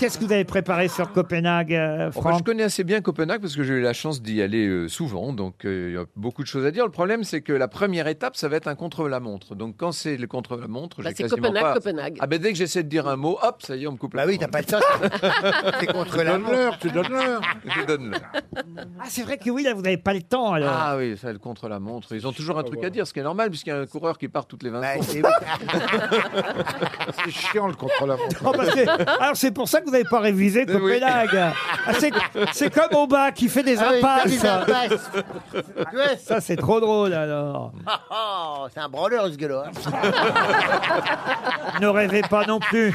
Qu'est-ce que vous avez préparé sur Copenhague, euh, Enfin, Franck je connais assez bien Copenhague parce que j'ai eu la chance d'y aller euh, souvent, donc euh, il y a beaucoup de choses à dire. Le problème, c'est que la première étape, ça va être un contre-la-montre. Donc quand c'est le contre-la-montre, Bah, j'ai c'est quasiment Copenhague, pas- Copenhague. Ah ben dès que j'essaie de dire un mot, hop, ça y est, on me coupe. Bah oui, t'as pas de ça. C'est contre la Donne-leur, tu donnes l'heure. Je donne le- Ah, c'est vrai que oui, là, vous n'avez pas le temps, alors. Ah oui, ça le contre-la-montre. Ils ont toujours un truc à dire, ce qui est normal puisqu'il y a un coureur qui part toutes les 20 Bah, secondes. c'est- C'est chiant le contre la montre. Oh, parce que- alors c'est pour ça que vous n'avez pas révisé oui. Copenhague. Ah, c'est- c'est comme au bas qui fait des Ah oui, impasses. t'as des impasses. Tu vois, ça c'est trop drôle alors. oh, c'est un branleur ce gueule Ne rêvez pas non plus.